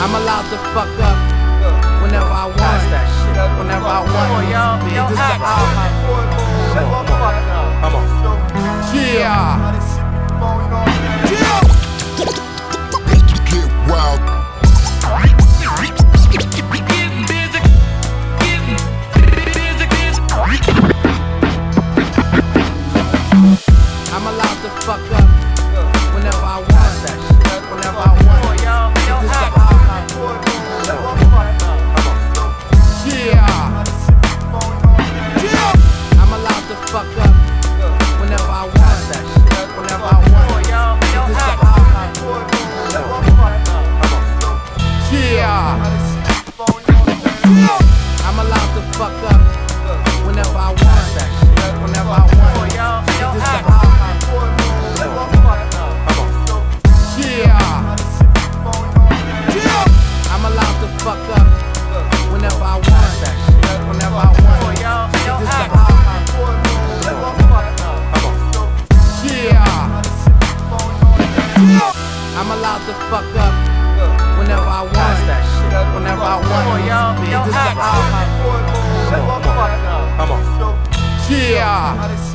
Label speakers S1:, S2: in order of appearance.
S1: I'm allowed to fuck up whenever I want.
S2: that shit.
S1: Whenever I want.
S3: Come on, y'all. Y'all
S1: This is
S3: act.
S1: all my-
S2: Come on.
S1: Yeah.
S4: Get wild.
S1: I'm allowed to fuck up whenever I want. Whenever I want. This is all my- Yeah. I'm allowed to fuck up whenever I want. Whenever I want. This is all my- Yeah. I'm allowed to fuck up whenever I want. Whenever I want. This is all my- Yeah. I'm allowed to fuck up whenever I want. Whenever I want. This is all my- Yeah. I'm allowed to fuck up whenever I want. Whenever I want. This is all my-
S2: Come on.
S1: Yeah.